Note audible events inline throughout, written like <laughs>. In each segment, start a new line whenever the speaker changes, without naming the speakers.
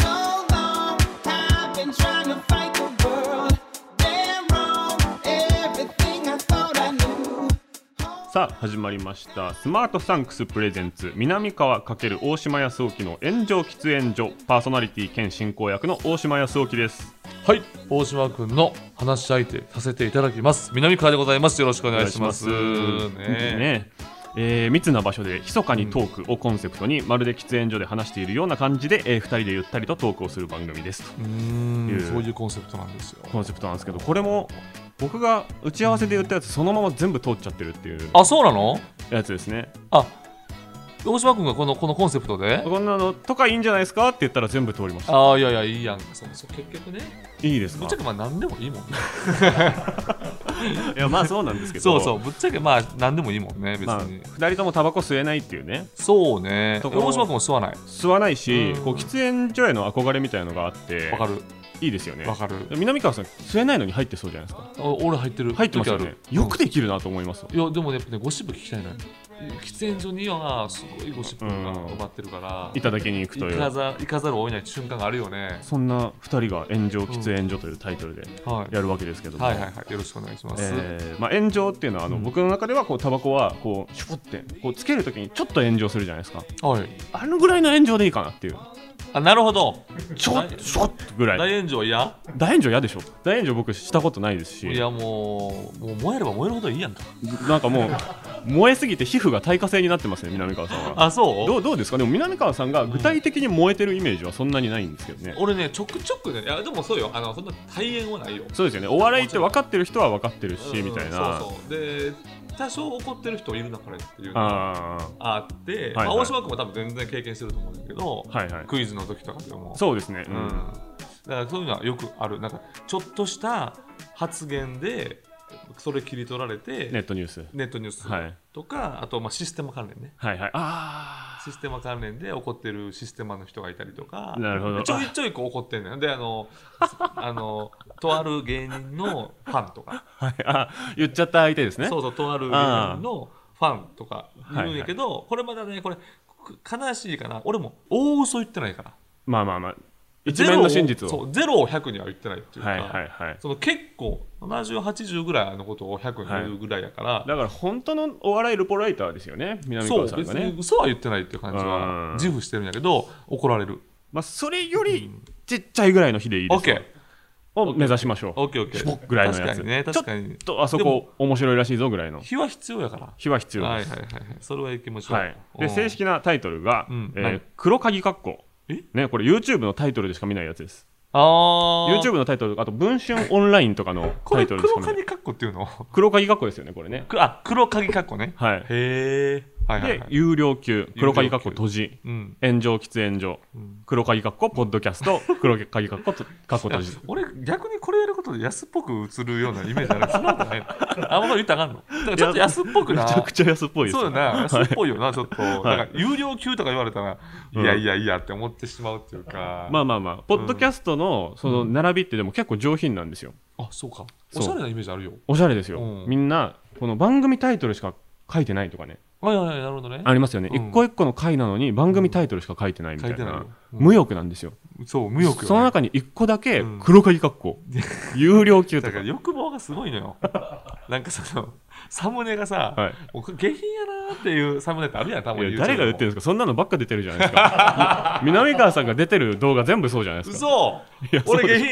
So long, I've been trying to fight the world. Damn wrong, everything I thought I knew.
さあ、始まりました。スマートサンクスプレゼンツ、南川×大島康沖の炎上喫煙所、パーソナリティ兼進行役の大島康沖です。
はい、大島くんの話し相手させていただきます。南川でございます。よろしくお願いします。
うん
ねえ
ねえー密な場所で密かにトークをコンセプトに、まるで喫煙所で話しているような感じで、え2人でゆったりとトークをする番組ですと
うー
い
ん
う
そういうコンセプトなんですよ。
コンセプトなんですけどこれも僕が打ち合わせで言ったやつそのまま全部通っちゃってるっていう
あ、そうなの
やつですね
あ、大島くんがこのこのコンセプトで
こんなのとかいいんじゃないですかって言ったら全部通りました
ああ、いやいや、いいやん。そうそう結局ね、
いいです
ぶ
か
<laughs> っちゃけまあ何でもいいもんね。
いやまあそうなんですけど
<laughs> そうそう、ぶっちゃけまあ何でもいいもんね、別に。
まあ、2人ともタバコ吸えないっていうね
そうね。
ところ
大島くんも吸わない。
吸わないし
うん
こう喫煙所への憧れみたいのがあって
わかる、
いいですよね
わかる。
南川さん吸えないのに入ってそうじゃないですか
お俺入ってる。
入ってますよ
時
ね
ある
よくできるなと思います
いやでもねやっぱねゴシップ聞きたいのよ喫煙所にはすごいゴシップが埋まってるから、
いただけに行くとい
行
う
かざ行かざるを得ない瞬間があるよね、
そんな2人が「炎上喫煙所」というタイトルで
はい、
やるわけですけども
はいはいはいよろしくお願いします、
えーまあ、炎上っていうのはあの、
うん
僕の中ではこうタバコはこうシュポってこうつけるときにちょっと炎上するじゃないですか
はい
あのぐらいの炎上でいいかなっていう
あなるほど
ちょっ
大
ちょっとぐらい
大炎上いや
大炎上嫌でしょ大炎上僕したことないです
い
し
やもうもう燃えれば燃えるほどいいやんか
なんかもう燃えすぎて皮膚が耐火性になってますね南川さんは
あそう
どうどうですかでも南川さんが具体的に燃えてるイメージはそんなにないんですけどね
俺ねちょくちょくねいやでもそうよあのそんな大炎はないよ
そうですよねお笑いって分かってる人は分かってるし
うん
みたいな
そうそうで多少怒ってる人いるなこれっていうのが
あ
あって、
はいはい
まあ、大島君も多分全然経験してると思うんだけど、
あはいはい
クイズの時とかでも
そうですねう、
うんん、だからそういうのはよくあるなんかちょっとした発言でそれ切り取られて
ネ
ネ
ットニュース
ットニュース
はい
とか、あとまあシステマ関連ね
はいはいあ
システマ関連で怒ってるシステマの人がいたりとか
なるほど
ちょいちょいこう怒ってんのよであの <laughs> あのとある芸人のファンとか
あ、はい、 <laughs> あ言っちゃった相手ですね
そうそうとある芸人のファンとかいるんやけど、これまだねこれく悲しいかな俺も大嘘言ってないから
まあまあまあ一
ゼロ
面
を
の真実を
そうゼロを100には言ってないっていうか、
はいはいはい
その結構7080ぐらいのことを100に言うぐらいやから、
だから本当のお笑いルポライターですよね南
そ
川
う
さん
別
が
に
ね
嘘は言ってないっていう感じは
うん
自負してるんやけど怒られる
まあそれよりちっちゃいぐらいの日でいいですよ
OKOKOK
を目指しましょうぐらいの
確
や
か
つ
にね確かに
ちょっとあそ
で
こ
も
面白いらしいぞぐらいの
日は必要やから
日は必要
はい
で
はい
す
はいはいそれは行きましょう、
はい
お
で
う
正式なタイトルが
うん
えー
何
黒鍵括弧
え
ねこれ YouTube のタイトルでしか見ないやつです
あー
YouTube のタイトルあと文春オンラインとかの
こ
タ
れ
イトルでし
黒
か見ない
鍵カッコっていうの
黒鍵括弧ですよねこれね
くあ黒鍵カッコね
はい
へえはいはい
で
はい
有料級黒鍵括弧閉じ
うん
炎上喫煙所、黒鍵かっこポッドキャス
<laughs>
ト黒鍵かっことかっこ閉じ
俺逆にこれやることで安っぽく映るようなイメージあるそんなことないのあんまり言ったらあかんのだからちょっと安っぽく
めち
な
ゃくちゃ安っぽいです
そう
よ
よな、安っぽいよな、ちょっと、なんか有料級とか言われたら、
うん
いやいやいやって思ってしまうっていうか、
まあまあまあポッドキャストのその並びってでも結構上品なんですよ
あ、そうか、
そう
おしゃれなイメージあるよ。
おしゃれですよ、
うん
みんなこの番組タイトルしか書いてないとかね
はいはいはい、なるほどね。
ありますよね、
うん
一個一個の回なのに番組タイトルしか書いてないみたい
書いてない
な
よ、うん
無欲なんですよ
そう、無欲よ、ね。
その中に一個だけ
うん
黒鍵かっ
<laughs>
こ、有料級と
だ
か
から欲望がすご
<laughs>
いのよ。なんかその、サムネがさ、
はい
もうこれ下品やなーっていうサムネってあるやん、たま
い
に。
や誰が言ってるんで
る
すかそんなのばっか出てるじゃないですか <laughs> 南川さんが出てる動画全部そうじゃないですか
嘘
やそう
俺
で
下
し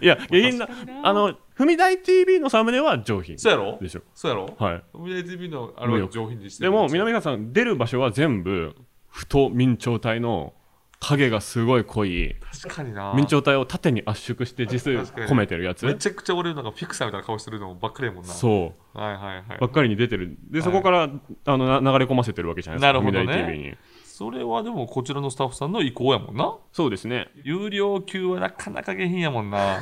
品
いや、下品な、あの、踏み台 TV のサムネは上品
そうやろ
でしょ。
そうやろ
はい。
オミナイ TV のあれは上品にして
で
る
も、南川さん、出る場所は全部、ふと明朝体の影がすごい濃い、
確かにな
明朝体を縦に圧縮して字数
確かに
込めてるや
め
つ。
ちゃくちゃ俺なんかフィクサーみたいな顔してるのばっかりやもんな
そう。
はいはいはいう
ばっかりに出てる。で、
はい
そこから、あの、な流れ込ませてるわけじゃないですか。
なるほどね
踏み台 TV に。
それはでもこちらのスタッフさんの意向やもんな
そうです
<laughs>
ね。
有料級はなかなか下品やもんな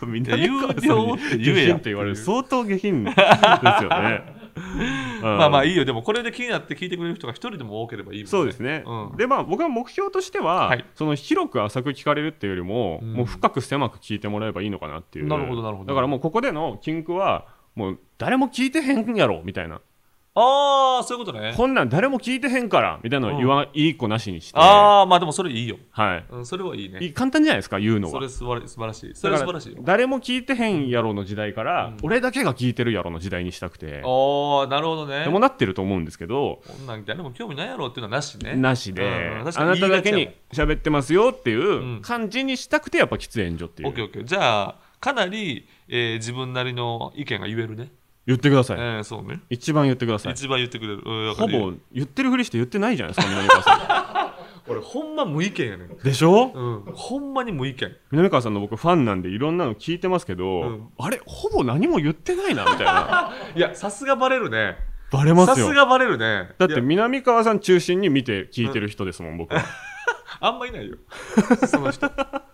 これ、みん <laughs>
いや有料って言え
下品
や <laughs>
って言われる。相当下品ですよね。うん
まあまあいいよでもこれで気になって聞いてくれる人が一人でも多ければいいもんね
そうですね、
うん
でまあ僕は目標としては、
はい
その広く浅く聞かれるっていうよりも、
うん
もう深く狭く聞いてもらえばいいのかなっていう
なるほどなるほど
だからもうここでの禁句はもう誰も聞いてへんやろみたいな
ああそういうことね
こんなん誰も聞いてへんからみたいなのを言わ、いい子なしにして
ああまあでもそれいいよ、
は
うん、それはいい
い、い
ね
い簡単じゃないですか言うの
そ
は
れ素晴ら素晴らしいそれは素晴らしい
だ
よ
から誰も聞いてへんやろの時代から、
うん
俺だけが聞いてるやろの時代にしたくて、
ああなるほどね
でもなってると思うんですけど、
こんなん誰も興味ないやろっていうのはなしね
なしで、
うん
あ
確
な
かに
ただけに喋ってますよってい
ん
う感じにしたくてやっぱ喫煙所ってい
オッケー
う
オッケーじゃあかなり、えー自分なりの意見が言えるね、
言ってください、
えーそうね
一番言ってください
一番言ってくれる、うん
ほぼ言ってるふりして言ってないじゃない
<laughs>
ですか南川さ
俺ほんま無意見やねん
んでしょ
うんほんまに無意見
南川さんの僕ファンなんでいろんなの聞いてますけど、
うん
あれほぼ何も言ってないなみたい
<laughs>
な
いやさすがバレるね
バレま
さ
すよ
すがバレるね
だって
いや
南川さん中心に見て聞いてる人ですもん僕は
あんまいな
<laughs>
いよその人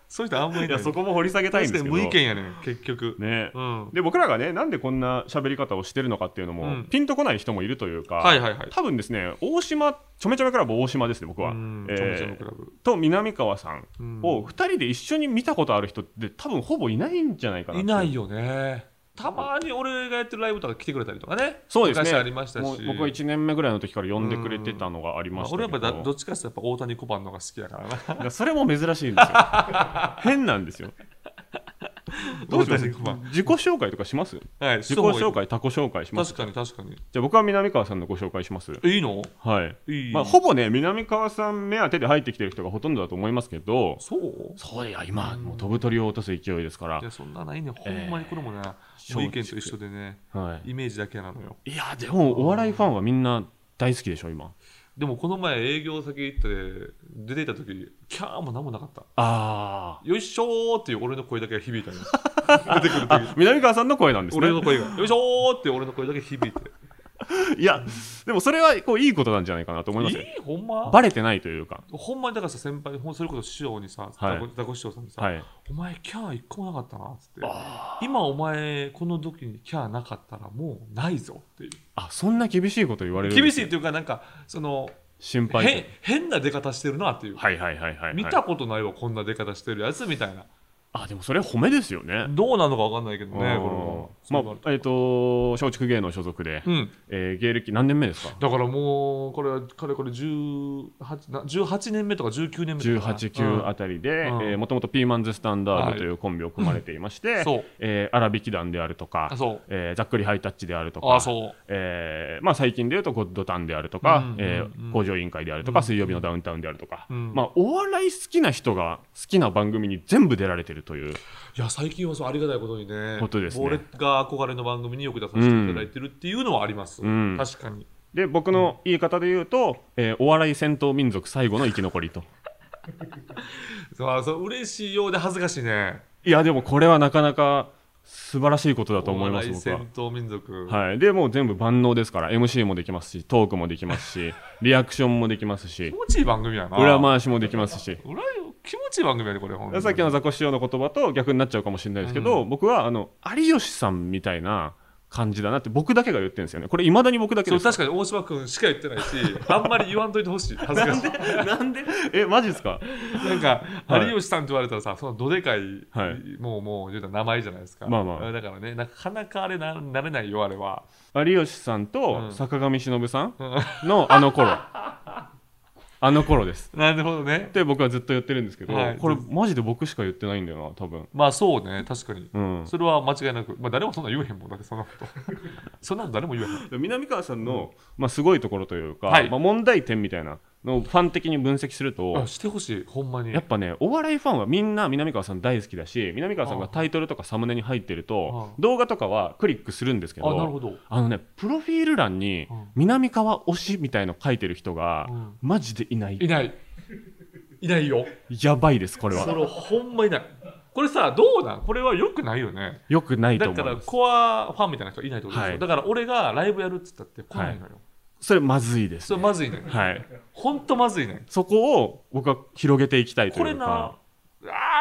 そういう人あんまいない
いやそこも掘り下げたいん
確
で
か
す
に
けど
無意見やねん結局
ね、
うん
で僕らがねなんでこんな喋り方をしてるのかっていうのも、
うん
ピンとこない人もいるというか、
はいはいはい
多分ですね大島ちょめちょめクラブ大島ですね僕は、
うん
えー
ちょめちょめクラブ
と南川さん
うん
を2人で一緒に見たことある人って多分ほぼいないんじゃないかなって
いないよねたまに俺がやってるライブとか来てくれたりとかね
そうですね
昔ありましたし
もう僕は1年目ぐらいの時から呼んでくれてたのがありま
まあ
したけど、
俺はやっぱだどっちかっていうとやっぱ大谷小判の方が好きだからな
いやそれも珍し
<laughs>
いんですよ変なんですよ <laughs> どうします
大谷小判
自己紹介とかします
はい
自己紹介他己紹介します
確かに確かに
じゃあ僕は南川さんのご紹介します
いいの
はい
いい、
まあ、ほぼね南川さん目当てで入ってきてる人がほとんどだと思いますけど
そう
そういや今もう飛ぶ鳥を落とす勢いですから
いやそんなないねほんまにこれもね、
えー
無意見と一緒でね
はい、
イメージだけなのよ
いやでもお笑いファンはみんな大好きでしょ今
でもこの前営業先行って出ていた時キャーも何もなかった
あ
よいしょーっていう俺の声だけが響いたのよ
<laughs>
出てくる時
あ南川さんの声なんですね
俺の声がよいしょーって俺の声だけ響いて
いやでもそれはこういいことなんじゃないかなと思いますよ
いいほんま
バレてないというか
ほんまにだからさ先輩ほんそれこそ師匠にさ
はい
ザコザコ師匠さんにさ、
はい
お前キャー一個もなかったなっつって今お前この時にキャーなかったらもうないぞっていう
あそんな厳しいこと言われる
厳しいというかなんかその
心配
変変な出方してるなっていう、
はいはいはいはいはい
見たことないわこんな出方してるやつみたいな
あでもそれ褒めですよね
どうなのかわかんないけどねこれ
うん
も
ま
そうなると
あえっ、と松竹芸能所属で、
うん
えー芸歴何年目ですか
だからもうこれはかれこれ18な18年目とか19年目とかな
18、9あたりで
うん
もともとピーマンズスタンダー
は
ド
い
というコンビを組まれていまし
う
て
んそう
えー荒引き団であるとか
あそう
えーざっくりハイタッチであると
あ
か
あそう
えーまあ最近でいうと「ゴッドタン」であると
うん
か
う
「
ん
え
うん
ー向上委員会」であると
う
か「
ん
水曜日のダウンタウン」であるとか
うん
まあお笑い好きな人が好きな番組に全部出られてるという
いや最近はそうありがたいことにね
ことですね
俺が憧れの番組によく出させていただいてるっていうのはあります、
うん
確かに
で僕の言い方で言うとえーお笑い戦闘民族最後の生き残りと
そうあそう嬉しいようで恥ずかしいね
いやでもこれはなかなか素晴らしいことだと思います
お
僕
笑
は
戦闘民族、
はい、でもう全部万能ですから MC もできますしトークもできますしリアクションもできますし
気持ちいい番組やな
裏回しもできますし
裏気持ちいい番組やねこれほんとに
さっきのザコシショウの言葉と逆になっちゃうかもしれないですけど、僕はあの有吉さんみたいな感じだなって僕だけが言ってるんですよねこれいまだに僕だけで
そう
す
確かに大島君しか言ってないしあんまり言わんといてほしい恥ずかしい
なんで <laughs> えマジですか
なんか、
はい
有吉さんって言われたらさそのどでかい、
はい
もうもう言うたら名前じゃないですか、
まあまあ
だからねなかなかあれななれないよあれは <laughs>
有吉さん
う
と
ん
坂上忍さんのあの
<laughs>
頃あの頃です
なるほどね
って僕はずっと言ってるんですけど、
はい
これマジで僕しか言ってないんだよな多分
まあそうね確かに、
うん
それは間違いなく、まあ、誰もそんなん言えへんもんだってそんなこと <laughs> そんなの誰も言えへん
で南川さんの、まあ、すごいところというか、
はい
まあ、問題点みたいなのをファン的に分析すると
あしてほしいほんまに
やっぱねお笑いファンはみんな南川さん大好きだし南川さんがタイトルとかサムネに入ってると
ああ
動画とかはクリックするんですけど
あなるほど
あのねプロフィール欄に
うん
南川推しみたいの書いてる人が
うん
マジでいない
いないいないよ
やばいですこれ
そ
は
れほんまいないこれさどうなんこれはよくないよね
よくないと
だ
思
か
い
ら
ます
コアファンみたいな人はいないってことでしょ、
はい
だから俺がライブやるっつったって来ないのよ、
それまずいです
それまずいねん
はい
ほんとまずいねん
そこを僕は広げていきたいと
こ
い
れ
う
な
か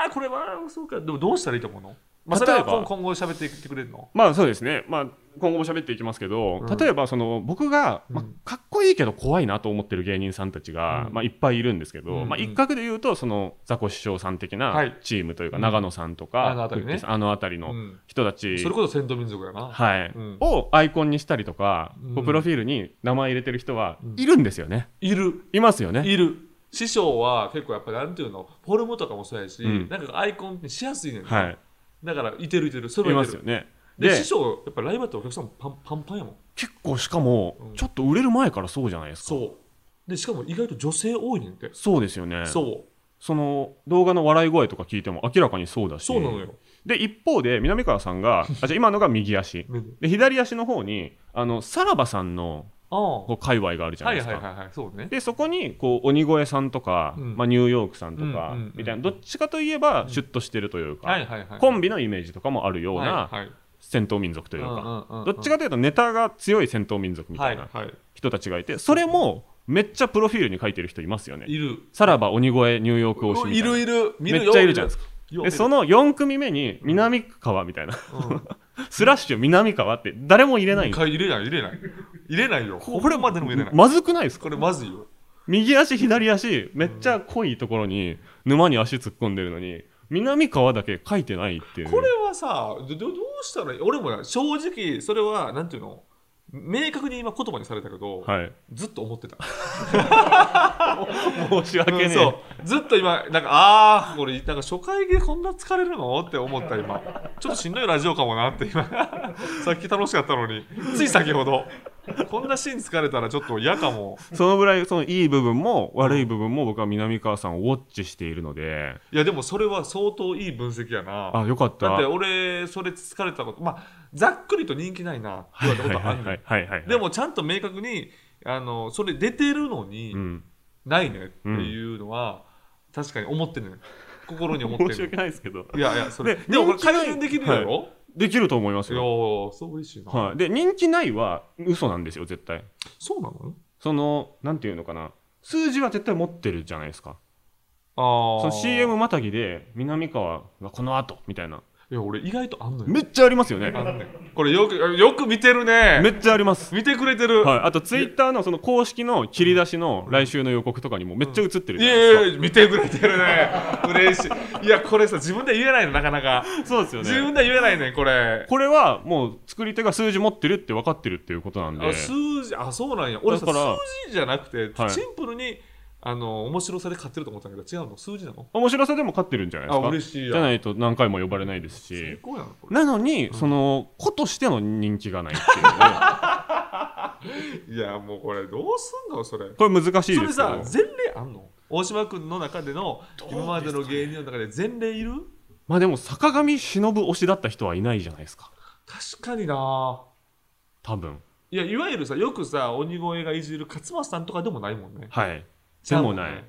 あーこれはそうかでもどうしたらいいと思うのまあ、それ
例
は
えば
今今後喋っていってくれるの
まあそうですね、まあ、今後も喋っていきますけど、
うん
例えばその僕が、ま
うん
あ、かっこいいけど怖いなと思ってる芸人さんたちが、
うん
まあ、いっぱいいるんですけど、
うんうん
まあ、一角で言うとそのザコシショウさん的
は
ないチームというか、
うん
長野さんと
あの
か
辺りね
クッキーさんあの辺り
う
の
ん
人たち、
それこそ戦闘民族やな。
はい
うん
をアイコンにしたりとか、
うん
こうプロフィールに名前入れてる人は
うん
いるんですよね、
いる。
いますよね。
いる。師匠は結構やっぱりなんていうの、フォルムとかもそうやし、
うん
なんかアイコンにしやすいねんな
はい、
だから、いてるいてる。そ
い
れは
ま
いて
す
る。
よね。
で、
で
師匠、やっぱライバルってお客さんもパンパンパンやもん。
結構しかも、
うん
ちょっと売れる前からそうじゃないですか。
そう。で、しかも意外と女性多いねんて。
そうですよね。
そう。
その動画の笑い声とか聞いても明らかにそうだし
そうなのよ。
で一方で南川さん
<laughs>
があじゃあ今のが右足
ね
で左足の方にあのさらばさんの
ああ。
こう界隈があるじゃな
はいい
です
は
か、
いはいはい。そうね。
でそこにこう鬼越さんとか、
うん
まあ、ニューヨークさんとか、
うんうんうん
みたいなどっちかといえばシュッとしてるというか、
はいはいはい。
コンビのイメージとかもあるような
はいはい
戦闘民族というか、
うんうんうん
どっちかというとネタが強い戦闘民族みた
はいい
な
はい。
人たちがいてそれもめっちゃプロフィールに書いてる人いますよね
いる。
さらば鬼越ニューヨーク推しみたいない
るいる。見
めっちゃいるじゃないです
か。よう見
で
る
そ、の4組目に南川みたいな、
うん
スラッシュ南川って誰も入れないんです
か入れない入れない入れないよこれまでも入れない
まずくないですか
これまずいよ
右足左足めっちゃ濃いところに沼に足突っ込んでるのに南川だけ書いてないっていう
これはさどどどうしたらいい俺もな正直それはなんていうの明確に今言葉にされたけど、
はい
ずっと思ってた、
申し訳ねえ、
うんそうずっと今なんかああこれなんか初回でこんな疲れるのって思った今ちょっとしんどいラジオかもなって今 <laughs> さっき楽しかったのについ先ほどこんなシーン疲れたらちょっと嫌かも
そのぐらいそのいい部分も悪い部分も僕は南川さんをウォッチしているので
いやでもそれは相当いい分析やな
あよかった
だって俺それ疲れたことまあざっくりと人気ないなって言われたことはある
は
ね
いはいはいはい
んでもちゃんと明確にあのそれ出てるのに
うん、
ないねっていうのは、確かに思ってるね心に思って
<laughs> 申し
る
訳ないですけど
いやいやそれ
で
でもこれ
人気ない
改善できるやろ、
できると思いま
い、
す
や
よ、
ーそう嬉しいな、
はい、で人気ないは嘘なんですよ絶対
そうなの
そのなんていうのかな数字は絶対持ってるじゃないですか
ああ
その CM またぎで南川がこの後みたいない
や俺意外とあんのよ
めっちゃありますよね
あんねんこれよくよく見てるね
めっちゃあります
見てくれてる、
はいあとツイッターのその公式の切り出しの来週の予告とかにもめっちゃ映ってる
い
じゃない
やいや見てくれてるね嬉しいいやこれさ自分で言えないのなかなか
ですかそうですよ
自
ね
分では言えないねこれ
これはもう作り手が数字持ってるって分かってるっていうことなんで
あ数字あそうなんや俺さ
だから
数字じゃなくて、
はい
シンプルにあの面白さで買ってると思ったんだけど違うの数字なの
面白さでも勝ってるんじゃないですか
あ嬉しいや
じゃないと何回も呼ばれないです
最
し
高やなこれ
なのに、その子としての人気がないっていうね
いやもうこれどうすんのそれ
これ難しい
そ
で
れ
すけど
さ前例あんの大島君の中での今までの芸人の中で前例いる
まあでも坂上忍推しだった人はいないじゃないですか
確かにな
多分
いやいわゆるさよくさ鬼越がいじる勝間さんとかでもないもんね
はい
ち
で
ゃう
も
もんね
ない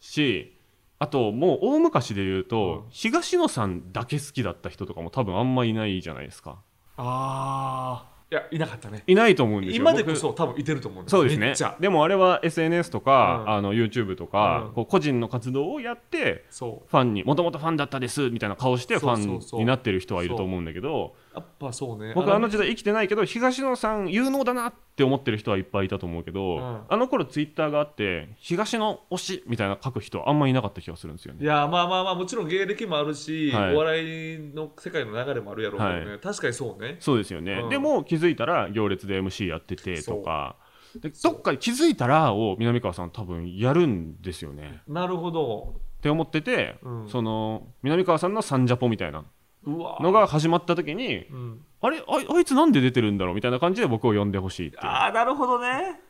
しあともう大昔で言うと、
うん
東野さんだけ好きだった人とかも多分あんまいないじゃないですか
ああいやいなかったね
いないと思うんですよ
今でこ
僕
そ多分いてると思うんだ
そ
よ
うです
め
ね
っちゃ
でもあれは SNS とか、
うん
あの YouTube とか、
うん
こう個人の活動をやって
そう
ファンにもともとファンだったですみたいな顔してフ
そうそう
ァ
そ
ン
う
になってる人はいると思うんだけど
やっぱそうね。
僕あの時代生きてないけど東野さん有能だなって思ってる人はいっぱいいたと思うけど、
うん
あの頃ツイッターがあって東野推しみたいな書く人はあんまいなかった気がするんですよ
い
ね。
やまあまあまあもちろん芸歴もあるし、
はい
お笑いの世界の流れもあるやろうけどね、確かにそうね
そうですよね、
うん
でも気づいたら行列で MC やっててとかで
そ
ど
う
っかで気づいたらを南川さん多分やるんですよね
なるほど
って思ってて、
うん
その南川さんの「サンジャポ」みたいな
うわ
のが始まった時に
うん、
あれあいあいつなんで出てるんだろうみたいな感じで僕を呼んでほしいっていう
ああなるほどね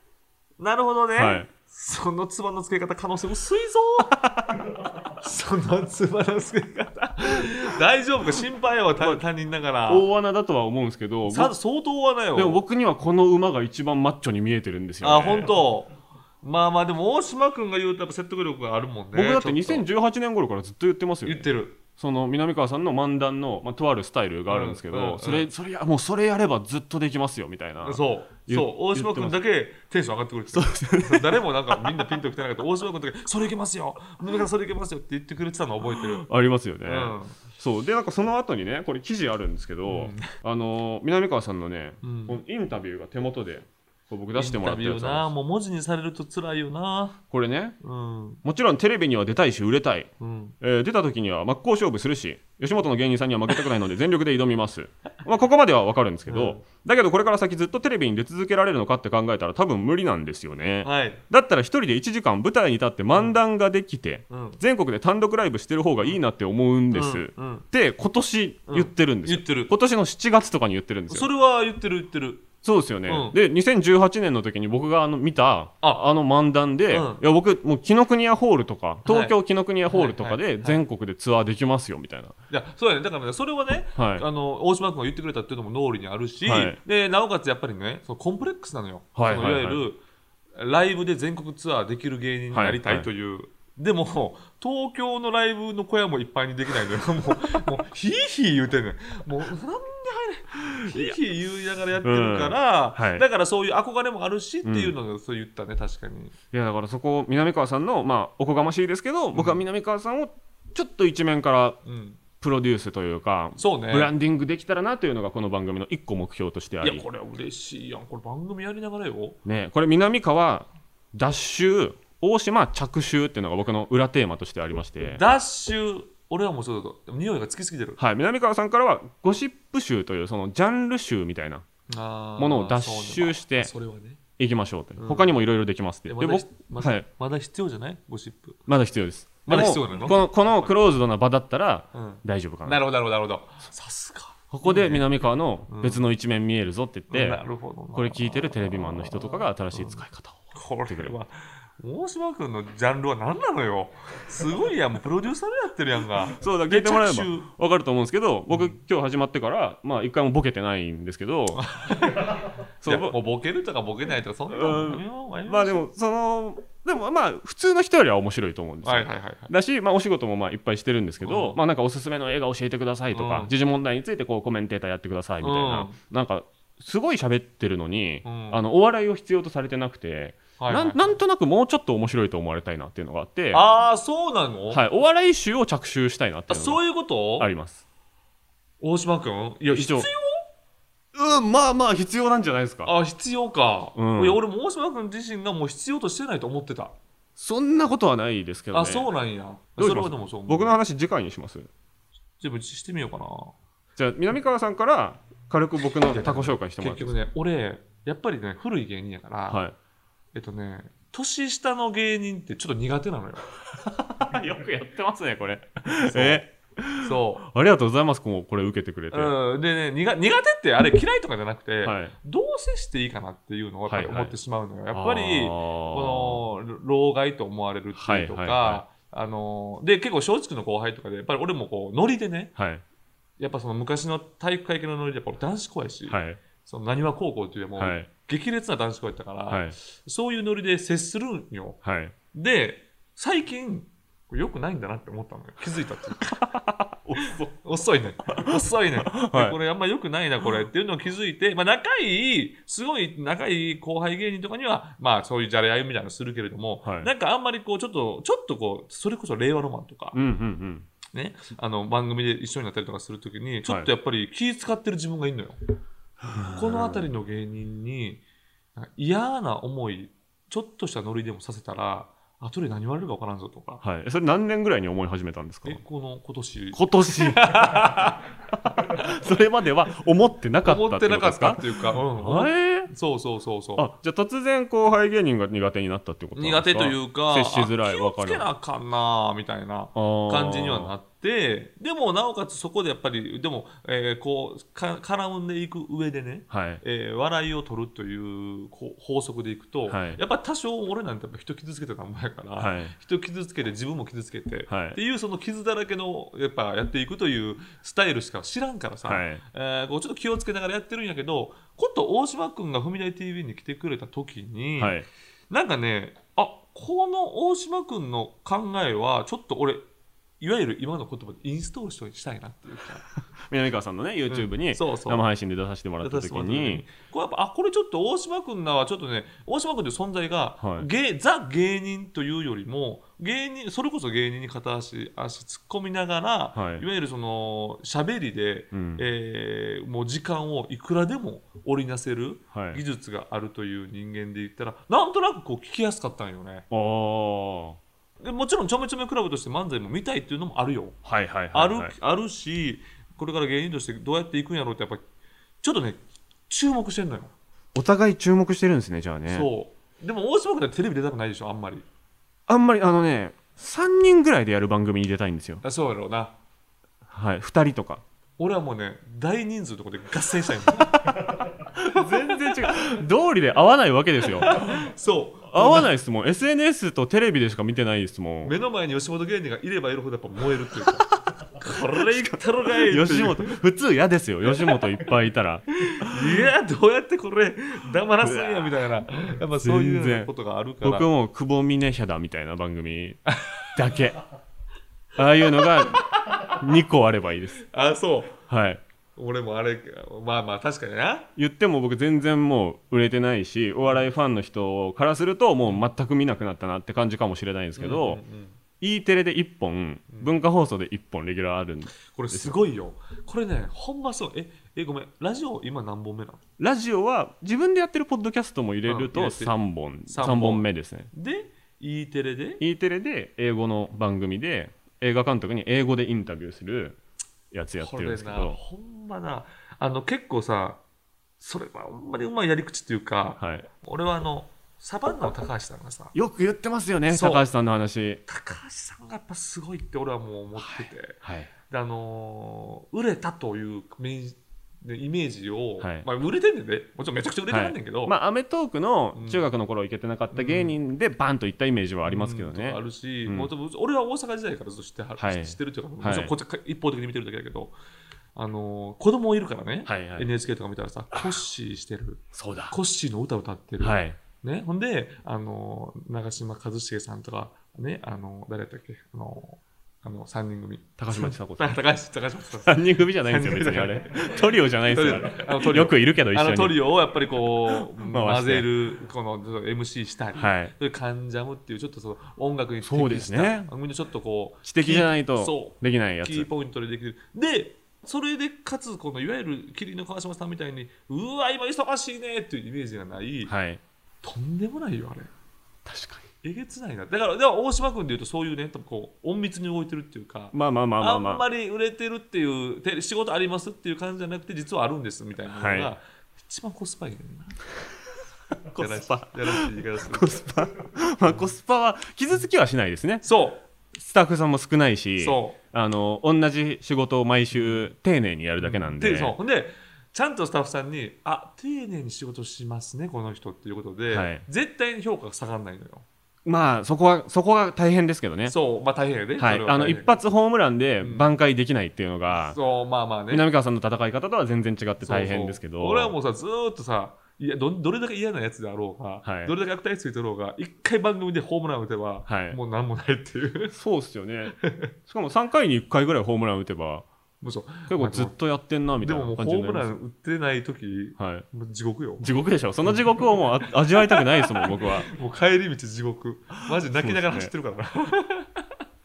なるほどね、
はい
そのつばのつけ方可能性薄いぞ <laughs> そのつばのつけ方大丈夫か心配やわ他他人ながら
大穴だとは思うんですけど
さ相当はなよ
でも僕にはこの馬が一番マッチョに見えてるんですよ、ね、
あ本当まあまあでも大島君が言うとやっぱ説得力があるもんね
僕だって
ちょと
2018年頃からずっと言ってますよ、
言っ
ね、
てる
その南川さんの漫談の、まあ、とあるスタイルがあるんですけど、
うんうんうん
それそれやもうそれやればずっとできますよみたいな
そう
言
そう大島君だけテンション上がってくるそう誰もなんかみんなピンときてなかった大島君だけ「それいけますよ野村さんそれいけますよ」って言ってくれてたの覚えてる
ありますよね、
うん
そうでなんかその後にねこれ記事あるんですけど、
うん
あの南川さんのね、
うん
このインタビューが手元でこう僕出してもらった
インタ
や
ビュ
つ
ーな
なんです
もう文字にされると辛いよな
これね
うん
もちろんテレビには出たいし売れたい、
うん
えー出た時には真っ向勝負するし吉本の芸人さんには負けたくないので全力で挑みます <laughs> まあここまでは分かるんですけど、
うん
だけどこれから先ずっとテレビに出続けられるのかって考えたら多分無理なんですよね、
はい
だったら一人で1時間舞台に立って漫談ができて、
うん
全国で単独ライブしてる方がいいなって思うんです、
うんうん
って今年言ってるんですよ、
うん言ってる
今年の7月とかに言ってるんです
そ
よ
れは言ってる言ってる
そうですよね、
うん
で2018年の時に僕があの見たあ
あ
の漫談で、
うん
いや僕もう紀ノ国屋ホールとか東京紀ノ国屋ホールとか
はい
で
はい
全国でツアーできますよみたいな、
いやそうやねだからねそれはね、
はい
あの大島君が言ってくれたっていうのも脳裏にあるし、
はい
でなおかつやっぱりねそのコンプレックスなのよ、
はい
そのいわゆ
はい
るライブで全国ツアーできる芸人になりたいという、でも東京のライブの小屋もいっぱいにできないのよもうもうヒーヒー言うてんねんもうなんで入れヒーヒー言いながらやってるから、
うんはい
だからそういう憧れもあるしっていうのをそう言ったね確かに、
いやだからそこを南川さんのまあおこがましいですけど、僕は南川さんをちょっと一面から
うん、
プロデュースというか
そうね
ブランディングできたらなというのがこの番組の一個目標としてあ
いや
り
これは嬉しいやんこれ番組やりながらよ
ね、これ南川脱臭大島着臭っていうのが僕の裏テーマとしてありまして、
ダッシュ、俺はもうそうだと、でも匂いがつきすぎてる。
はい、南川さんからはゴシップ臭というそのジャンル臭みたいなも
も
のを脱臭して
それはね。
いきましょうと、
ん
他にもいろいろできますって
い
で
やまだ
僕
まだ
はい、
まだ必要じゃないゴシップ。
まだ必要です
まだ
でも
必要なの
このこのクローズドな場だったら
うん
大丈夫かな,、
なるほど、なるほど、なるほど。さすが。
ここで南川の別の一面見えるぞって言って、
なるほどな。
これ聞いてるテレビマンの人とかが新しい使い方を、
これは、大島君のジャンルは何なのよ。すごいやん、もうプロデューサーでやってるやんが。
そうだ
で
聞いてもらえば
着手
分かると思うんですけど僕、今日始まってからまあ一回もボケてないんですけど
<laughs> そ
そううぼ
もうボケるとかボケないとか、そんな
うん
のやめようやめよう
まあでもそのでもまあ普通の人よりは面白いと思うんですよ、
はいはいはいはい。
だし、まあ、お仕事もまあいっぱいしてるんですけど、
うん
まあ、なんかおすすめの映画教えてくださいとか、
うん
時事問題についてこうコメンテーターやってくださいみたいな、なんかすごい喋ってるのに、
うん
あのお笑いを必要とされてなくて、
はいはい
なんなんとなくもうちょっと面白いと思われたいなっていうのがあって、は
ああ、そうなの
い、お笑い集を着手したいなって
あ
いうの
そういうこと
があります。
大島君いや、
必要うん、まあまあ必要なんじゃないですか。
あ必要か、
うん
いや俺も大島君自身がもう必要としてないと思ってた、
そんなことはないですけどね。
あそうなんや
どうします
それはでもそう思う
僕の話次回にします。
自分してみようかな
じゃあ南川さんから軽く僕の他己紹介してもら
結
って。
局ね俺やっぱりね古い芸人やから、
は
えっとね年下の芸人ってちょっと苦手
<laughs>
なのよ
い。 <laughs> よくやってますねこれ。
そう
え。
そ
ありがとうございます、こうこれ受けてくれて。
う、うん、でね苦苦手ってあれ嫌いとかじゃなくて、
はい、
どう接していいかなっていうのをやっぱり
はいはい
思ってしまうのよ、やっぱり
こ
この老害と思われるっていうとか、
はいはいは
あので結構松竹の後輩とかでやっぱり俺もこうノリでね
の、はい、
やっぱその昔の体育会系のノリでやっぱ俺男子校やし、
はい、
その何は高校っていうよりも
は
う
い、
激烈な男子校やったから、
はい、
そういうノリで接するんよ。
はい。
で、最近、これ良くないんだなって思ったのよ。気づいたっていう <laughs> か遅いね。遅い
い
ね。でこれあんま良くないな、これっていうのを気づいて、まあ仲いい、すごい仲いい後輩芸人とかには、まあそういうじゃれ合いみたいなのするけれども、
はい
なんかあんまりこう、ちょっと、ちょっとこう、それこそ令和ロマンとか
う、んうん
ね、あの番組で一緒になったりとかするときにちょっとやっぱり気使ってる自分がいるのよ、この辺りの芸人になんか嫌な思いちょっとしたノリでもさせたら後で何言われるか分からんぞとか
うん。はい。それ何年ぐらいに思い始めたんですか
えこの今年
今年。 <laughs> それまでは思ってなかった
思ってなかったっていう
<laughs>
か、
あ
うん、
れ
そうそうそうそう
あ、じゃあ突然後輩芸人が苦手になったってことなんです
苦手
か
というか
接しづらい
あ気
わ
を
か
つ
る
けなあかんなあみたいな感
感
じにはなってでもなおかつそこでやっぱりでも、えーこうか絡んでいく上でね
はい。
えー笑いを取るというこう法則でいくと、
はい
やっぱ多少俺なんてやっぱ人傷つけてたもんやから、
はい。
人傷つけて自分も傷つけて、
はい
っていうその傷だらけのやっぱやっていくというスタイルしか知らんからさ、
はい
えーこうちょっと気をつけながらやってるんやけどこと大島君が「踏み台 TV」に来てくれた時に、
はい。
なんかねあこの大島君の考えはちょっと俺いわゆる今の言葉でインストールしとしたいなっていうか
南川さんのね YouTube に
うんそうそう
生配信で出させてもらった時に、
これやっぱあこれちょっと大島君らはちょっとね大島君という存在が、
はい
芸ザ芸人というよりも芸人それこそ芸人に片足足突っ込みながら、
はい
い、わゆるその喋りで、
うん
えーもう時間をいくらでも織りなせる
はい
技術があるという人間で言ったら、なんとなくこう聞きやすかったんよね
ああは
でもちろんちょめちょめクラブとして漫才も見たいっていうのもあるよ、
いはいはい、はい、
あるあるしこれから芸人としてどうやっていくんやろうってやっぱちょっとね注目してんのよ、
お互い注目してるんですねじゃあね
そうでも大島君はテレビ出たくないでしょあんまり
あんまりあのね3人ぐらいでやる番組に出たいんですよ
あそうやろうな
はい2人とか
俺はもうね大人数のとこで合戦したいの
<laughs> 全然違う <laughs> 道理で合わないわけですよ
そう
合わないですもん SNS とテレビでしか見てないですもん
目の前に吉本芸人がいればいるほどやっぱ燃えるっていうかこれいったろがいっていう
吉本普通嫌ですよ吉本いっぱいいたら
いやどうやってこれ黙らすんやみ
<laughs>
たいなやっぱそういうよう
全
な
然
ことがあるから
僕も久保峰ヒャダみたいな番組だけああいうのが2個あればいいです
あそう
はい
俺もあれまあまあ確かにな
言っても僕全然もう売れてないしお笑いファンの人からするともう全く見なくなったなって感じかもしれないんですけど、
うんうんうん
E テレで1本、文化放送で1本レギュラーあるんで
これすごいよこれねほんまそうええごめんラジオ今何本目なの
ラジオは自分でやってるポッドキャストも入れると
うん入れて
3本、
三
三
本
本目ですね
で E テレで
E テレで英語の番組で映画監督に英語でインタビューするやつやって
こ
るん
れ
ですけ
な
ど
ほんまなあの結構さそれはほんまにうまいやり口っていうか、
はい、
俺はあのサバンナの高橋さんがさ
よく言ってますよね
そう
高橋さんの話
高橋さんがやっぱすごいって俺はもう思ってて、
はい
であのー売れたというメイねイメージを、
はい
まあ、売れてんねんでもちろんめちゃくちゃ売れてはんねんけど、
まあ、アメトークの中学の頃行けてなかった芸人でバンと行ったイメージはあ
あ
りますけどね、
あるし、
うん
もう俺は大阪時代からずっと知ってはる、
はい
知ってるというか、も
はい
ちろんこっちは一方的に見てるだけだけど、あのー子供いるからね、
はいはい
NHK とか見たらさ、コッシーしてる、
そうだ
コッシーの歌歌ってる、
はい
ね、ほんで、あのー長嶋一茂さんとか、ね、あのー誰だったっけ、あのーあの3人組。 <laughs>
高嶋ちさ子さ
高
ん <laughs>
橋高橋さん
3人組じゃないんですよ別にあれトリオじゃないんですよあれ
あのトリオ
よくいるけど一
あ
緒
の
に
トリオをやっぱりこ
<laughs>
う
回
混
して
ぜるこの MC したり、
はい
それカンジャムっていうちょっとその音楽に適
そうですね
したみんなちょっとこう
知的じゃない
キー
と
そ
できないうや
キー
つ
ポイントでできるでそれでかつこのいわゆる麒麟の川島さんみたいにうわ今忙しいねっていうイメージがない、
はい
とんでもないよあれ
確かに
えげつないなだからでも大島君でいうとそういうね多分こう隠密に動いてるっていうか
まあまあまあまあ
ん
<laughs> まあ
まり売れてるっていうて仕事ありますっていう感じじゃなくて実はあるんですみたいなのが、
はい
一番コスパいいねんな
<laughs> コスパ
やらしい言い方する
コスパまあコスパは傷つきはしないですね
そ
スタッフさんも少ないし
そう
あの同じ仕事を毎週丁寧にやるだけな
うんで
で
そうほんでちゃんとスタッフさんにあ丁寧に仕事しますねこの人っていうことで、
はい
絶対に評価が下がらないのよ
まあそこはそこが大変ですけどね
そうまあ大変やで、
はい
それ
あ
大
の
変
一
やけど
発ホームランで挽回できないっていうのが
そうまあまあね
南川さんの戦い方とは全然違って大変ですけ
そう
ど
そう俺はもうさずーっとさいやどどれだけ嫌なやつであろうが、
はい
どれだけ悪態ついてろうが一回番組でホームラン打てば、
はい
もう何もないっていう <laughs>
そうっすよね <laughs> しかも3回に1回ぐらいホームラン打てば
もうそう
結構ずっとやってんなみ
で
たい
もも
な
うホ
感じに
ー
な
ム
りま
ラ
す
ン打ってない時
はい
もう地獄よ
地獄でしょその地獄をもうあ <laughs> 味わいたくないですもん僕は
もう帰り道地獄マジ泣きながら走ってるからな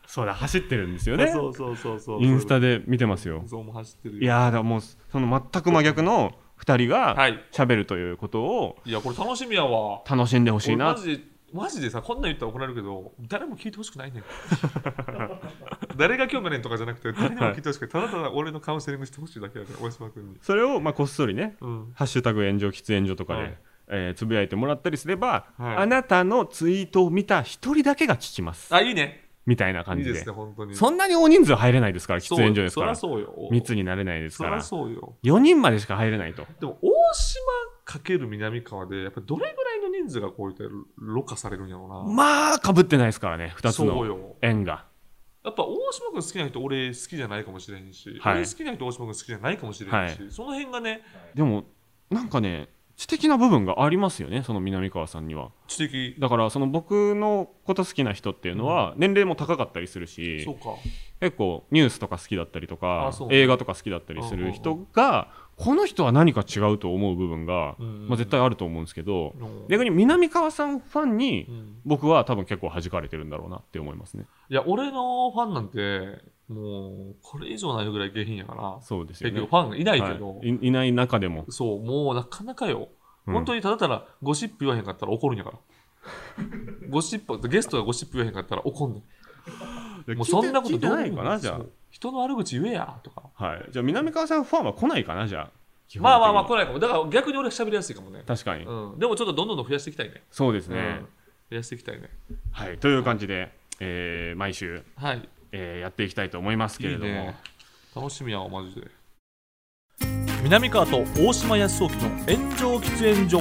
そうだ走ってるんですよ
そう <laughs> そうそうそう
インスタで見てますよ
そうもう走ってるよ
いやーだからもうその全く真逆の2人
は
が
い
喋るということを
いやこれ楽しみやわ
楽しんでほしい
俺マ
な
ジでマジでさこんなん言ったら怒られるけど誰も聞いてほしくな
<laughs>
いねん誰が興味ねんとかじゃなくて誰にも聞いてほしくないただただ俺のカウンセリングしてほしいだけやね大島君に
それをまあこっそりね
うん
「ハッシュタグ炎上喫煙所」とかで、
はい
えーつぶやいてもらったりすれば、
はい
あなたのツイートを見た一人だけが聞きます
あいいね
みたいない感
い
じで
ですね本当に
そんなに大人数入れないですから喫
そう
煙所ですから
そらそうよ
密になれないです
そ
からら
そうよ
4人までしか入れないと
でも大島かける南川でやっぱどれぐらいの人数がこういったろ過されるんやろうな、
まあかぶってないですからね2つ
そう
の
よ
縁が
やっぱ大島君好きな人俺好きじゃないかもしれんし、
はい
俺好きな人大島君好きじゃないかもしれんし、
は
その辺がね
でもなんかね知的な部分がありますよねその南川さんには
知的
だからその僕のこと好きな人っていうのは年齢も高かったりするし、
そうか
結構ニュースとか好きだったりとか
あそう
映画とか好きだったりする人がこの人は何か違うと思う部分が、
うん
まあ、絶対あると思うんですけど
うん
逆に南川さんファンに
うん
僕は多分結構弾かれてるんだろうなって思いますね
いや俺のファンなんてもうこれ以上ないぐらい下品やから
そうですよ
結
ね
局ファンがいないけど、
はいいいない中でも、
そうもうなかなかよ
うん
本当にただただゴシップ言わへんかったら怒るん
<laughs>
やから。ゴシップゲストがゴシップ言わへんかったら怒んねん。もうそんなことどう
聞いてないかなじゃ
そう人の悪口言えやとか。
あはいじゃあ南川さんファンは来ないかなじゃあ基本的に
まあまあまあ来ないかも。だから逆に俺は喋りやすいかもね。
確かに、
うん。でもちょっとどんどん増やしていきたいね。
そうです
う
ね、
ん。増やしていきたいね。
はいという感じで、えー毎週、
はい。
えーやっていきたいと思いますけ
い
れ
い
ども
ね。楽しみやわ、マジで。南川と大島康雄の炎上喫煙所。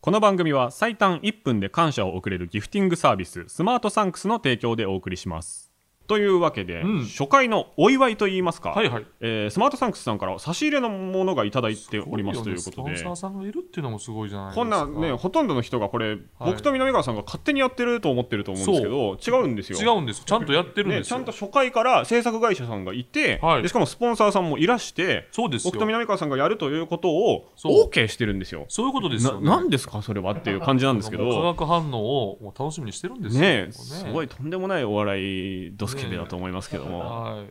この番組は最短1分で感謝を送れるギフティングサービススマートサンクスの提供でお送りしますというわけで、
うん
初回のお祝いといいますか、
はいはい。
えースマートサンクスさんから差し入れのものがいただいておりますということ
ごよね
で
スポンサーさんがいるっていうのもすごいじゃないですか。
こんなねほとんどの人がこれ、僕と南川さんが勝手にやってると思ってると思うんですけど違うんですよ
違うんですよ。ちゃんとやってるん
ね、
で
ち
すよ。
ゃんと初回から制作会社さんがいて、
はい
でしかもスポンサーさんもいらして
そうですよ
僕と。南川さんがやるということを
そう
OK してるんですよ。
そういうことですよ、ね。
ななんですかそれはっていう感じなんですけ
化
ど
学反応をもう楽しみにしてるんですよ。
ね
もう
すごい。とんでもないお笑いドスケベだと思いますけども、
はい。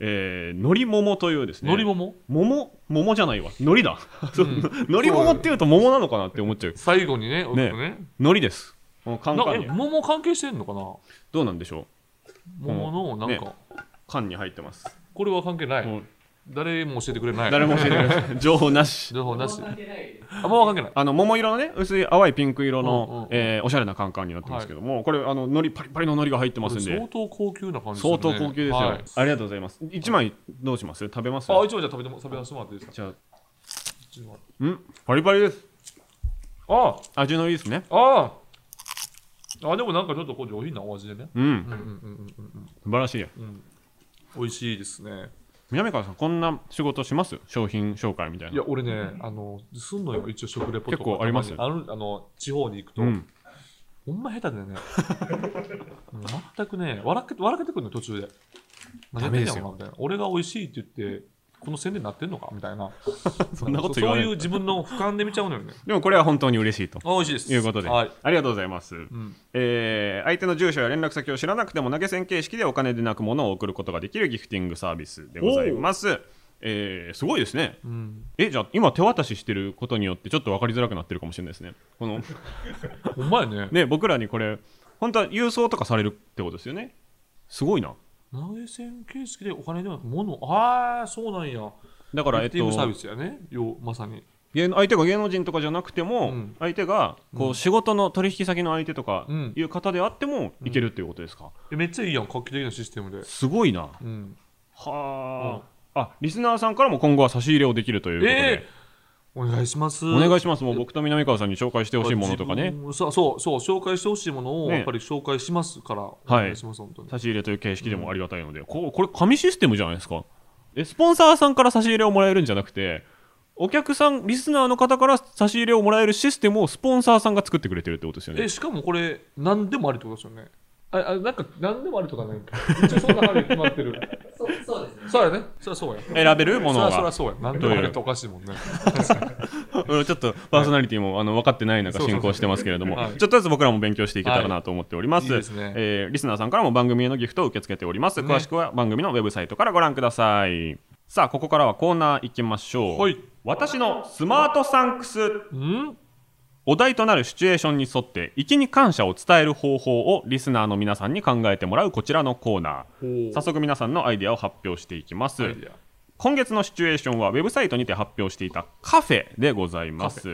えーのりももというですね
のりもも
桃桃じゃないわのりだそう
うん
のりももっていうと桃なのかなって思っちゃう
最後にね、お
ね
ね
のりですこのカン
なん
カ
か
ン
え
に
桃関係してんのかな
どうなんでしょ
桃のなんか、
ねう缶に入ってます、
これは関係ない。
もう
誰も教えてくれない。
誰も教えてくれ
<laughs>
ない情報なし
情報なし。あ、もう関係ない。
あの桃色のね薄い淡いピンク色の、
うんうん
えーおしゃれなカンカンになってますけども、これあの海苔パリパリの海苔が入ってますんで、
相当高級な感じですよ
相
ね。
当高級ですよ、
はい
ありがとうございます一枚どうします食べます
あ、一応じゃあ食べても食べさせてもらっていいですか
じゃ
一応
あんパリパリです
あ、
味のいいですね
ああ。あ、でもなんかちょっとこう上品なお味でね。
うん、
うんうんうんうんうん。
素晴らしい
美味しいですね。
南川さんこんな仕事します商品紹介みたいない
や、俺ね、あの、すんのよ、一応食レポとか。
結構あります
たまにあの、あの地方に行くと、
うん、
ほんま下手でね、うん全くね、笑け笑けてくるの、途中で。
ダメですよ
何やってんやろなみたいな俺が美味しいって言って、この宣伝になってんのかみたいな。
<laughs> そんなこと言わない
そういう自分の俯瞰で見ちゃうのよね。
でもこれは本当に嬉しいと
あ、美味しいです。
いうことで、
はい。
ありがとうございます、
うん。
えー相手の住所や連絡先を知らなくても投げ銭形式でお金でなくものを送ることができるギフティングサービスでございます、えーすごいですね
うん、
えじゃあ今手渡ししてることによってちょっと分かりづらくなってるかもしれないですねこ
<laughs>
の
ほんまやね。
ね僕らにこれ本当は郵送とかされるってことですよねすごいな
投げ銭形式でお金ではなく、物、ああ、そうなんや。
だからえ
え
っ
っと、サー
と
ビスやね、ようまさに。
芸能相手が芸能人とかじゃなくても、
うん
相手がこう仕事の取引先の相手とか
うん
いう方であってもいけるっていうことですか、
えめっちゃいいやん、画期的なシステムで。
すごいな
うん。
はあ、あリスナーさんからも今後は差し入れをできるということで、
ええお願いします。
お願いしますもう僕と南川さんに紹介してほしいものとか
自
ね
分そうそうそう紹介してほしいものを
ね
やっぱり紹介しますから、お
はい
願いします本当に
差し入れという形式でもありがたいので、ここれ紙システムじゃないですかえスポンサーさんから差し入れをもらえるんじゃなくてお客さんリスナーの方から差し入れをもらえるシステムをスポンサーさんが作ってくれてるってことですよね
えしかもこれ何でもありってことですよねああなんか何でもありとかないか一応そんな感じ決まってる
そうそうですね。
<laughs> そうやねそりゃそうや
選べるも
そ
の
りゃそり
が
ゃそうや何でもありっておかしいもんね
うんちょっとパーソナリティもあの分かってない中
そうそうそう
進行してますけれども、
はい
ちょっとずつ僕らも勉強していけたらなと思っております,、
はいいいですね
えーリスナーさんからも番組へのギフトを受け付けております、
ね
詳しくは番組のウェブサイトからご覧くださいさあここからはコーナー行きましょう、
はい
私のスマートサンクス
うん
お題となるシチュエーションに沿って粋に感謝を伝える方法をリスナーの皆さんに考えてもらうこちらのコーナー早速皆さんのアイデアを発表していきます
アイデア
今月のシチュエーションはウェブサイトにて発表していたカフェでございま
カ
す、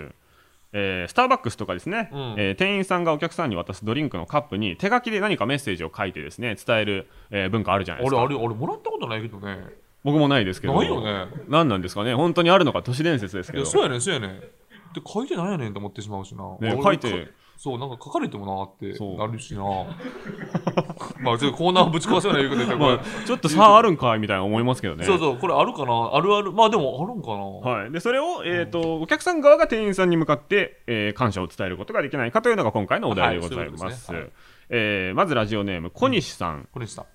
えースターバックスとかですね、
うん
えー店員さんがお客さんに渡すドリンクのカップに手書きで何かメッセージを書いてですね伝える、えー文化あるじゃないです
俺
か
あれ俺もらったことないけどね
僕もないですけど
ないよね
何なんですかね本当にあるのか都市伝説ですけ
い
ど
やそうやねそうやねで書いてないやねんと思ってしまうしな、
ね
俺
書いて
俺そう、なんか書かれてもなーって
そう
なるしな。 <laughs> まあ、ちょっとコーナーぶち壊すような言うこと言った
<laughs>
ら、これ
まあ、ちょっと差あるんかいみたいな思いますけどね。
そうそう、これあるかなあるある。まあでも、あるんかな、
はい、でそれを、えーとお客さん側が店員さんに向かって、えー感謝を伝えることができないかというのが今回のお題でございま
はい
す
そういうことですねはい
えーまずラジオネーム小西さん、
これでした。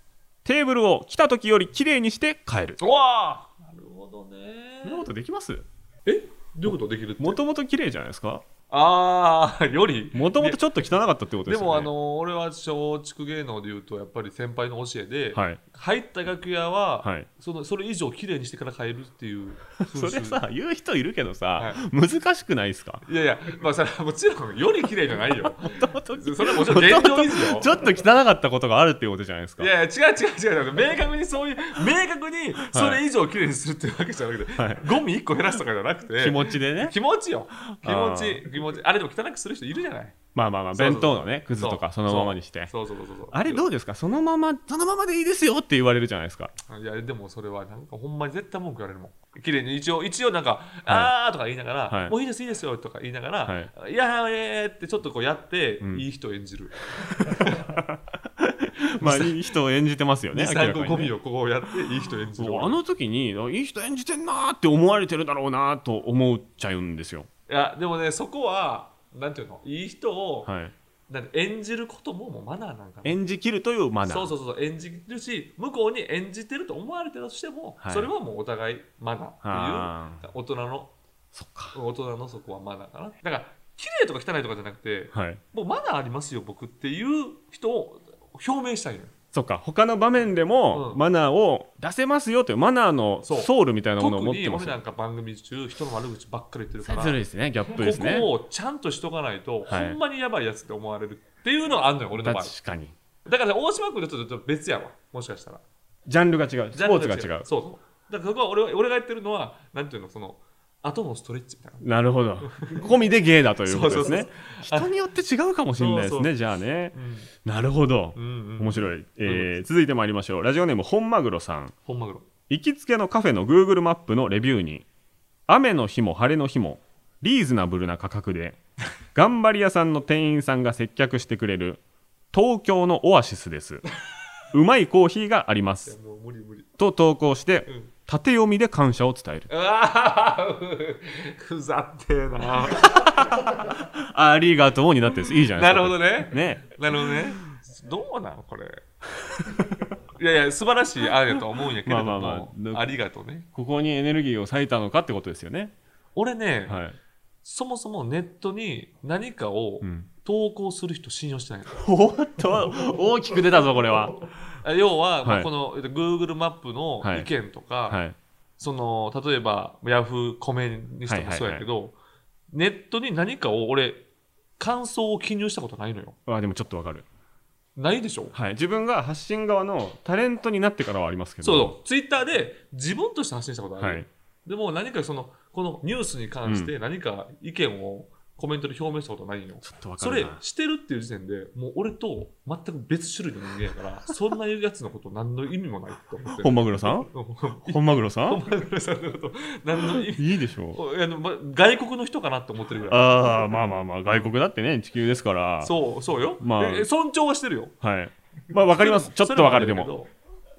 テーブルを来た時より綺麗にして帰る
うわーなるほど
そんなこ
ね。
とできます
えどういうことできるって
もともと綺麗じゃないですか
あー、よ <laughs> り。
もともとちょっと汚かったってこと
で
ですよね
も、あの、俺は松竹芸能で言うと、やっぱり先輩の教えで、
はい
入った楽屋は、
はい
そのそれ以上綺麗にしてから帰るっていう
<laughs> それさ言う人いるけど
は
さ、難しくないですか
いやいやまあそれはもちろんより綺麗じゃないよ
もともと
それはもちろん現状維持よ
ちょっと汚かったことがあるっていうことじゃないですか
いやいや違う違う違う明確にそういう明確にそれ以上綺麗にするっていうわけじゃなくて、
はい
ゴミ1個減らすとかじゃなくて
気持ちでね
気持ちよ気持
あ
ち気持ちあれでも汚くする人いるじゃない
まあまあまあ
そうそう
弁当のねクズとかそのままにして
そうそうそうそうそう
あれどうですかそのままそのままでいいですよって言われるじゃない
<laughs>
ですか
いやでもそれはなんかほんまに絶対文句言われるもん綺麗に一応一応なんか「あー」とか言いながら「
はい
もういいですいいですよ」とか言いながら「、
はい
やーえー」ってちょっとこうやって、
ん
いい人演じる
まあいい人を演じてますよね
23
明らか
個
にね
ゴミをこうやっていい人演じる
そうあの時にいい人演じてんなーって思われてるだろうなーと思っちゃうんですよ
いやでもねそこはなんていうのいい人を、
はい
なんか演じることももうマナーなんかな
演じきるというマナー
そうそうそうそう演じるし向こうに演じてると思われてるとしても、
はい
それはもうお互いマナー
あ
っていう大人の
そっか
大人のそこはマナーかなだから綺麗とか汚いとかじゃなくて
はい
もうマナーありますよ僕っていう人を表明したいのよ
そっか他の場面でも
うん
マナーを出せますよというマナーの
そう
ソウルみたいなものを持
特
って
に
ます
俺
よ
なんか番組中人の悪口ばっかり言ってる
そ
か
れ
ら
ずるいですねギャップですね
ここをちゃんとしとかないと、
はい
ほんまにやばいやつって思われるっていうのがあるのよ俺の場合
確かに
だからね大島君とちょっと別やわもしかしたら
ジャンルが違うスポーツが違う
そうそうだからそこは俺は俺がやってるのはなんていうのその後のストレッチみたいな
なるほど込みで芸だということです
そう
ね
そう
人によって違うかもしれないです
そうそ
ねじゃあね
うん
なるほど
うんうん
面白いえー続いてまいりましょうラジオネーム本マグロさん
本マグロ
行きつけのカフェの Google マップのレビューに雨の日も晴れの日もリーズナブルな価格 <laughs> で頑張り屋さんの店員さんが接客してくれる東京のオアシスですうまいコーヒーがありま
いや
す
もう無理無理
と投稿して
うん
縦読みで感謝を伝える
うわあふざってえな
ありがとうになってるんですいいじゃな
ない
です
る
か
ほどね
ね
なるほどねどうなんこれいやいや素晴らしいあれだと思うんやけれども、
まあまあまあ
ありがとうね
ここにエネルギーを割いたのかってことですよね
俺ね、
はい、
そもそもネットに何かを
うん、
投稿する人信用してないの
<laughs> おっと大きく出たぞこれは
あ要は、ま
は
あ、
い
このえっと Google マップの
はい
意見とか、
はい
その例えばヤフーコメにしてもそうやけど、ネットに何かを俺感想を記入したことないのよ
あでもちょっとわかる
ないでしょ
はい、自分が発信側のタレントになってからはありますけど
そうそうツイッターで自分として発信したことある、
はい、
でも何かそのこのニュースに関して何か意見をコメントで表明したことないのよ、
ちょっとわか
そ
る
れ
な
してるっていう時点でもう俺と全く別種類の人間やからそんなやつのこと何の意味もないと思って
本
る
マグロさ
<laughs>
ん
うん
本マグロさん
本間さん <laughs> のこと何の意味
いい
<laughs>
でしょ
おいやでもま外国の人かなと思ってるぐ
う
らい
ああまあまあまあ外国だってね地球ですから
そうそうよ、
まあ
ええ尊重はしてるよ
はいまあわかりますちょっとわかるでも
も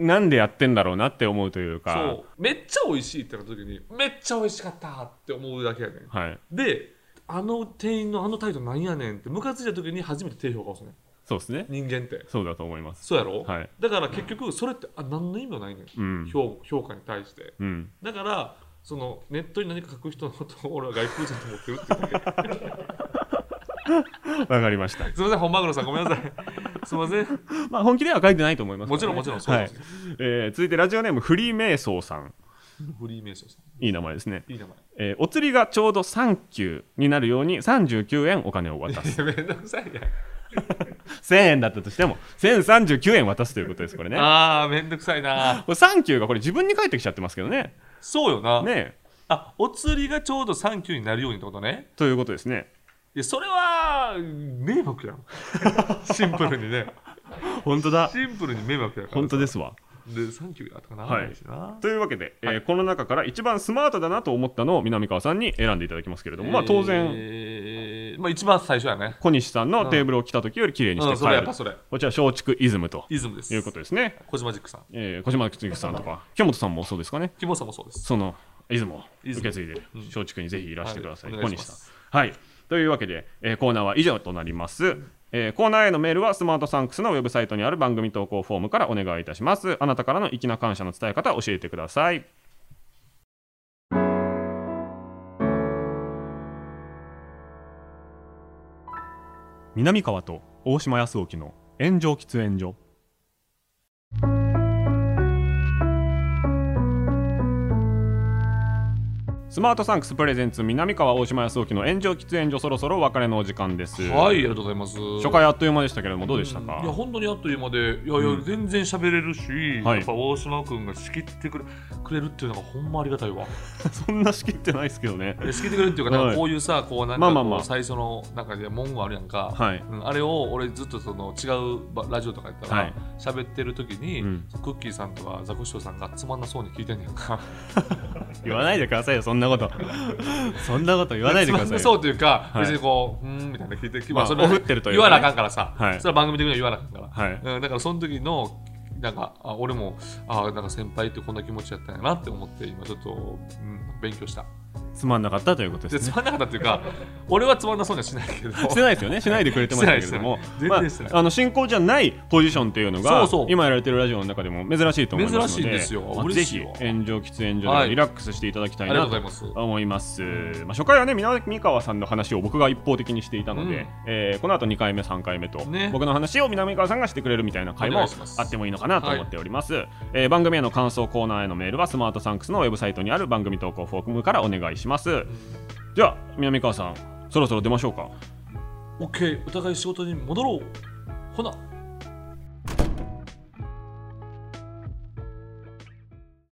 なんでやってんだろうなって思うというか
そうめっちゃ美味しいってなった時にめっちゃ美味しかったって思うだけやねん
はい
であの店員のあの態度なんやねんってムカついた時に初めて低評価をすねん
そうですね
人間って
そうだと思います
そうやろ、
はい
だから結局それってあ何の意味もないねん、
うん
評評価に対して
うん
だからそのネットに何か書く人のことを俺は外国人と思ってるっていうだけ
わかりました
<laughs> すいません本マグロさんごめんなさい <laughs> すいません
まあ本気では書いてないと思いますからね
もちろんもちろんそう
は
で
い
す、
えー続いてラジオネームフリーメイソーさん
フリーメイソンさん
いい名前ですね、
いい名前
えーお釣りがちょうど3級になるように39円お金を渡す
いやめんどくさいやん
1000円だったとしても1039円渡すということですこれね
あーめんどくさいな
これサンキューがこれ自分に返ってきちゃってますけどね
そうよな、
ね
あお釣りがちょうど3級になるようにってことね
ということですね
いやそれは迷
<laughs>
惑やんシンプルにね
本当だ
シンプルに迷惑やから
本当ですわ
で3級だとかならないしな、
というわけで、えーこの中から一番スマートだなと思ったのを南川さんに選んでいただきますけれども、まあ
えー
当然
えーまあ、一番最初やね。
小西さんのテーブルを来た時より綺麗にし
う
て
ん、
帰
それや
る
っぱ。それ。
こちら、松竹イズムと
イズムです。
いうことですね。
小島ジックさん。
えー、小島口さんとか、木本さんもそうですかね。
木本さんもそうです。
その出雲を
出
受け
雲
継いで
うん
松竹にぜひいらしてください、
はい
小
お願い
西
し
さ
ま
ん
す
はいというわけで、えーコーナーは以上となります、えーコーナーへのメールはスマートサンクスのウェブサイトにある番組投稿フォームからお願いいたしますあなたからの粋な感謝の伝え方を教えてください南川と大島康沖の炎上喫煙所スマートサンクスプレゼンツ南川大島康沖の炎上喫煙所そろそろお別れのお時間です
はい、ありがとうございます。
初回あっという間でしたけれどもどうでした
うんいや
か
本当にあっという間でいやいや、
うん
全然喋れるし、
はい
やっぱ大島君が仕切ってくれくれるっていうのがほんまありがたい
<laughs>
わ
そんな仕切ってないですけどね
いや仕切ってくれるっていうかなん
はい
かこういうさこうなん
ま
か
あ
こう
まあまあ
最初のなんかで文言あるやんか、
はい
うんあれを俺ずっとその違うばラジオとかやった
は
ら
い
喋、ってる時に、
うん
クッキーさんとかザコシショウさんがつまんなそうに聞いてんねやんか
言わないでくださいよそんな <laughs> ことそんなこと言わないで
つ
く
ま
だ
ん
さ
ないそ
よ
うというか、
はい
別にこううーんみたいな聞いて、
まあ
それは
おふってるというか
言
ね
わなあかんからさ、
はい
それは番組的には言わなあかんから、
はい
うん、だからその時のなんかあ俺もあなんか先輩ってこんな気持ちやったんやなって思って今ちょっと、うん、勉強した
つまんなかったということで
です
ね
つまんなかったってい
<laughs>
うか俺はつまんなそうにはしないけど
してないですよねしないでくれてましたけれども
してないしてない全然してない
まあ、あの進行じゃないポジションっていうのが
そうそう
今やられてるラジオの中でも珍しいと思いますので
珍しいですよ
まあぜ
嬉し
ひ
いわ
炎上喫煙所
は
で
い
リラックスしていただきた
あ
い
りがと
な
うござい
と
ます
思います、まあ、初回はね南川さんの話を僕が一方的にしていたので、
うん
えーこの後2回目3回目と、
ね
僕の話を南川さんがしてくれるみたいな回
お
も
願いします
あってもいいのかなと思っております、えー番組への感想コーナーへのメールはスマートサンクスのウェブサイトにある番組投稿フォームからお願いしますじゃあ南川さんそろそろ出ましょうか
OK お互い仕事に戻ろうほな